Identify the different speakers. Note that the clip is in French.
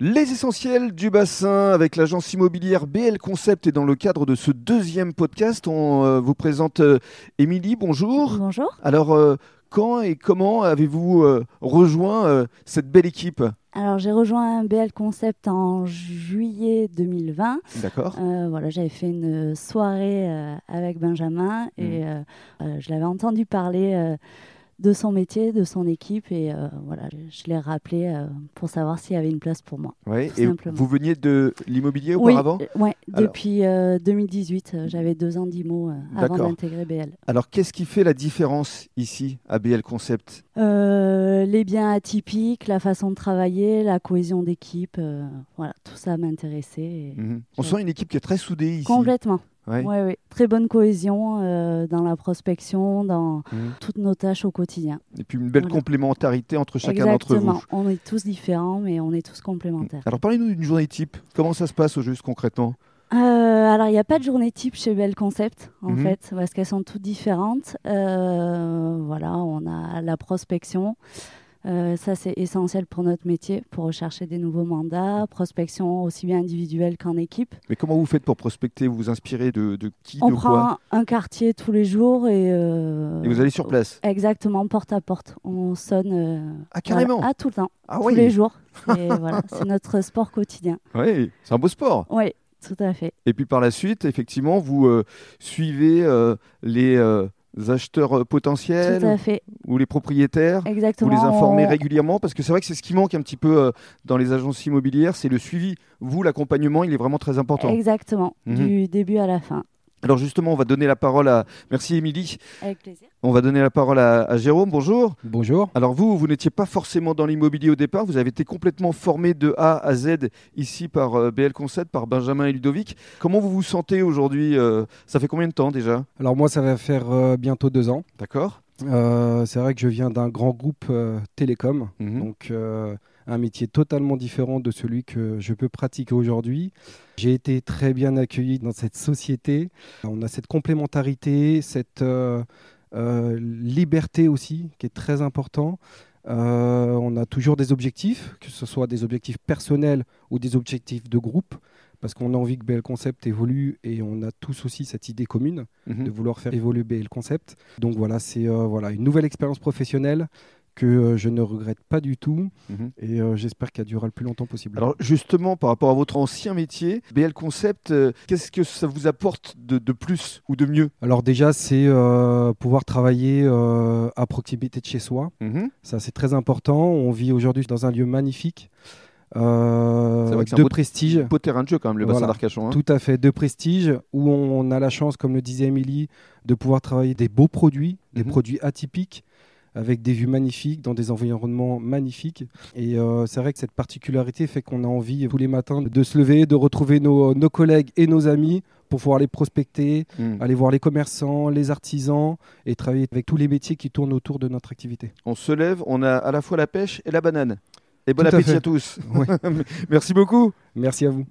Speaker 1: Les essentiels du bassin avec l'agence immobilière BL Concept et dans le cadre de ce deuxième podcast, on euh, vous présente euh, Émilie, bonjour.
Speaker 2: Bonjour.
Speaker 1: Alors, euh, quand et comment avez-vous euh, rejoint euh, cette belle équipe
Speaker 2: Alors j'ai rejoint BL Concept en juillet 2020.
Speaker 1: D'accord.
Speaker 2: Euh, voilà, j'avais fait une soirée euh, avec
Speaker 1: Mm.
Speaker 2: Benjamin et euh, euh, je l'avais entendu parler euh, de son métier, de son équipe et euh, voilà, je- je l'ai rappelé euh, pour savoir s'il y avait une place pour moi.
Speaker 1: Ouais,
Speaker 2: tout
Speaker 1: et
Speaker 2: simplement.
Speaker 1: vous veniez de l'immobilier auparavant
Speaker 2: oui, euh, ouais,
Speaker 1: Alors.
Speaker 2: depuis euh, 2018, euh, j'avais deux ans d'IMO euh, avant
Speaker 1: D'accord.
Speaker 2: d'intégrer BL.
Speaker 1: Alors, qu'est-ce qui fait la différence ici à BL Concept
Speaker 2: Euh, les biens atypiques, la façon de travailler, la cohésion d'équipe, euh, voilà, tout ça m'intéressait. et-
Speaker 1: Mhm. On
Speaker 2: Ouais.
Speaker 1: sent une équipe qui est très soudée ici.
Speaker 2: Complètement.
Speaker 1: Ouais.
Speaker 2: Ouais, ouais. Très bonne cohésion euh, dans la prospection, dans
Speaker 1: Mhm.
Speaker 2: toutes nos tâches au quotidien.
Speaker 1: Et puis une belle
Speaker 2: Voilà.
Speaker 1: complémentarité entre chacun d'entre
Speaker 2: Exactement.
Speaker 1: vous.
Speaker 2: On est tous différents, mais on est tous complémentaires.
Speaker 1: Alors, parlez-nous d'une journée type. Comment ça se passe au juste concrètement
Speaker 2: Euh, alors, il n'y a pas de journée type chez Belle Concept, en
Speaker 1: Mhm.
Speaker 2: fait, parce qu'elles sont toutes différentes. Euh, voilà, on a la prospection. Euh, ça, c'est essentiel pour notre métier, pour rechercher des nouveaux mandats, prospection aussi bien individuelle qu'en équipe.
Speaker 1: Mais comment vous faites pour prospecter Vous vous inspirez de, de qui,
Speaker 2: On
Speaker 1: de quoi
Speaker 2: prend un quartier tous les jours et, euh,
Speaker 1: Et vous allez sur place
Speaker 2: Exactement, porte à porte. On sonne euh,
Speaker 1: Ah, carrément
Speaker 2: voilà, à tout le temps,
Speaker 1: Ah
Speaker 2: tous
Speaker 1: oui
Speaker 2: les jours. Et voilà, c'est notre sport quotidien.
Speaker 1: Oui, c'est un beau sport.
Speaker 2: Oui, tout à fait.
Speaker 1: Et puis par la suite, effectivement, vous euh, suivez euh, les euh, acheteurs euh,
Speaker 2: Tout à
Speaker 1: potentiels
Speaker 2: fait,
Speaker 1: ou les propriétaires
Speaker 2: exactement.
Speaker 1: vous les informez
Speaker 2: on-
Speaker 1: régulièrement parce que c'est vrai que c'est ce qui manque un petit peu euh, dans les agences immobilières, c'est le suivi. Vous, l'accompagnement, il est vraiment très important.
Speaker 2: Exactement,
Speaker 1: Mhm.
Speaker 2: du début à la fin.
Speaker 1: Alors justement, on va donner la parole à... Merci Émilie.
Speaker 2: Avec plaisir.
Speaker 1: On va donner la parole à, à Jérôme. Bonjour.
Speaker 3: Bonjour.
Speaker 1: Alors vous, vous n'étiez pas forcément dans l'immobilier au départ, vous avez été complètement formé de A à Z ici par euh, BL Concept, par Benjamin et Ludovic. Comment vous vous sentez aujourd'hui euh, Ça fait combien de temps déjà
Speaker 3: Alors moi, ça va faire euh, bientôt deux ans.
Speaker 1: D'accord
Speaker 3: Euh, c'est vrai que je viens d'un grand groupe euh, télécom,
Speaker 1: Mhm.
Speaker 3: donc euh, un métier totalement différent de celui que je peux pratiquer aujourd'hui. J'ai été très bien accueilli dans cette société. On a cette complémentarité, cette euh, euh, liberté aussi, qui est très important. Euh, on a toujours des objectifs, que ce soit des objectifs personnels ou des objectifs de groupe, parce qu'on a envie que Bel Concept évolue et on a tous aussi cette idée commune de
Speaker 1: Mhm.
Speaker 3: vouloir faire évoluer le concept. Donc voilà, c'est euh, voilà, une nouvelle expérience professionnelle que euh, je ne regrette pas du tout
Speaker 1: Mhm.
Speaker 3: et euh, j'espère qu'elle durera le plus longtemps possible.
Speaker 1: Alors justement, par rapport à votre ancien métier, BL Concept, euh, qu'est-ce que ça vous apporte de, de plus ou de mieux
Speaker 3: Alors déjà, c'est euh, pouvoir travailler euh, à proximité de chez soi. Ça, c'est très important. On vit aujourd'hui dans un lieu magnifique, euh,
Speaker 1: C'est vrai que c'est un
Speaker 3: de
Speaker 1: beau-
Speaker 3: prestige.
Speaker 1: Beau terrain de jeu quand même, le bassin
Speaker 3: Voilà.
Speaker 1: d'Arcachon. hein.
Speaker 3: Tout à fait, de prestige, où on a la chance, comme le disait Émilie, de pouvoir travailler des beaux produits, des
Speaker 1: Mhm.
Speaker 3: produits atypiques, avec des vues magnifiques, dans des environnements magnifiques. Et euh, c'est vrai que cette particularité fait qu'on a envie tous les matins de se lever, de retrouver nos, euh, nos collègues et nos amis pour pouvoir les prospecter,
Speaker 1: Mhm.
Speaker 3: aller voir les commerçants, les artisans et travailler avec tous les métiers qui tournent autour de notre activité.
Speaker 1: On se lève, on a à la fois la pêche et la banane. Et bon
Speaker 3: Tout à
Speaker 1: appétit
Speaker 3: fait.
Speaker 1: à tous.
Speaker 3: Ouais.
Speaker 1: Merci beaucoup.
Speaker 3: Merci à vous.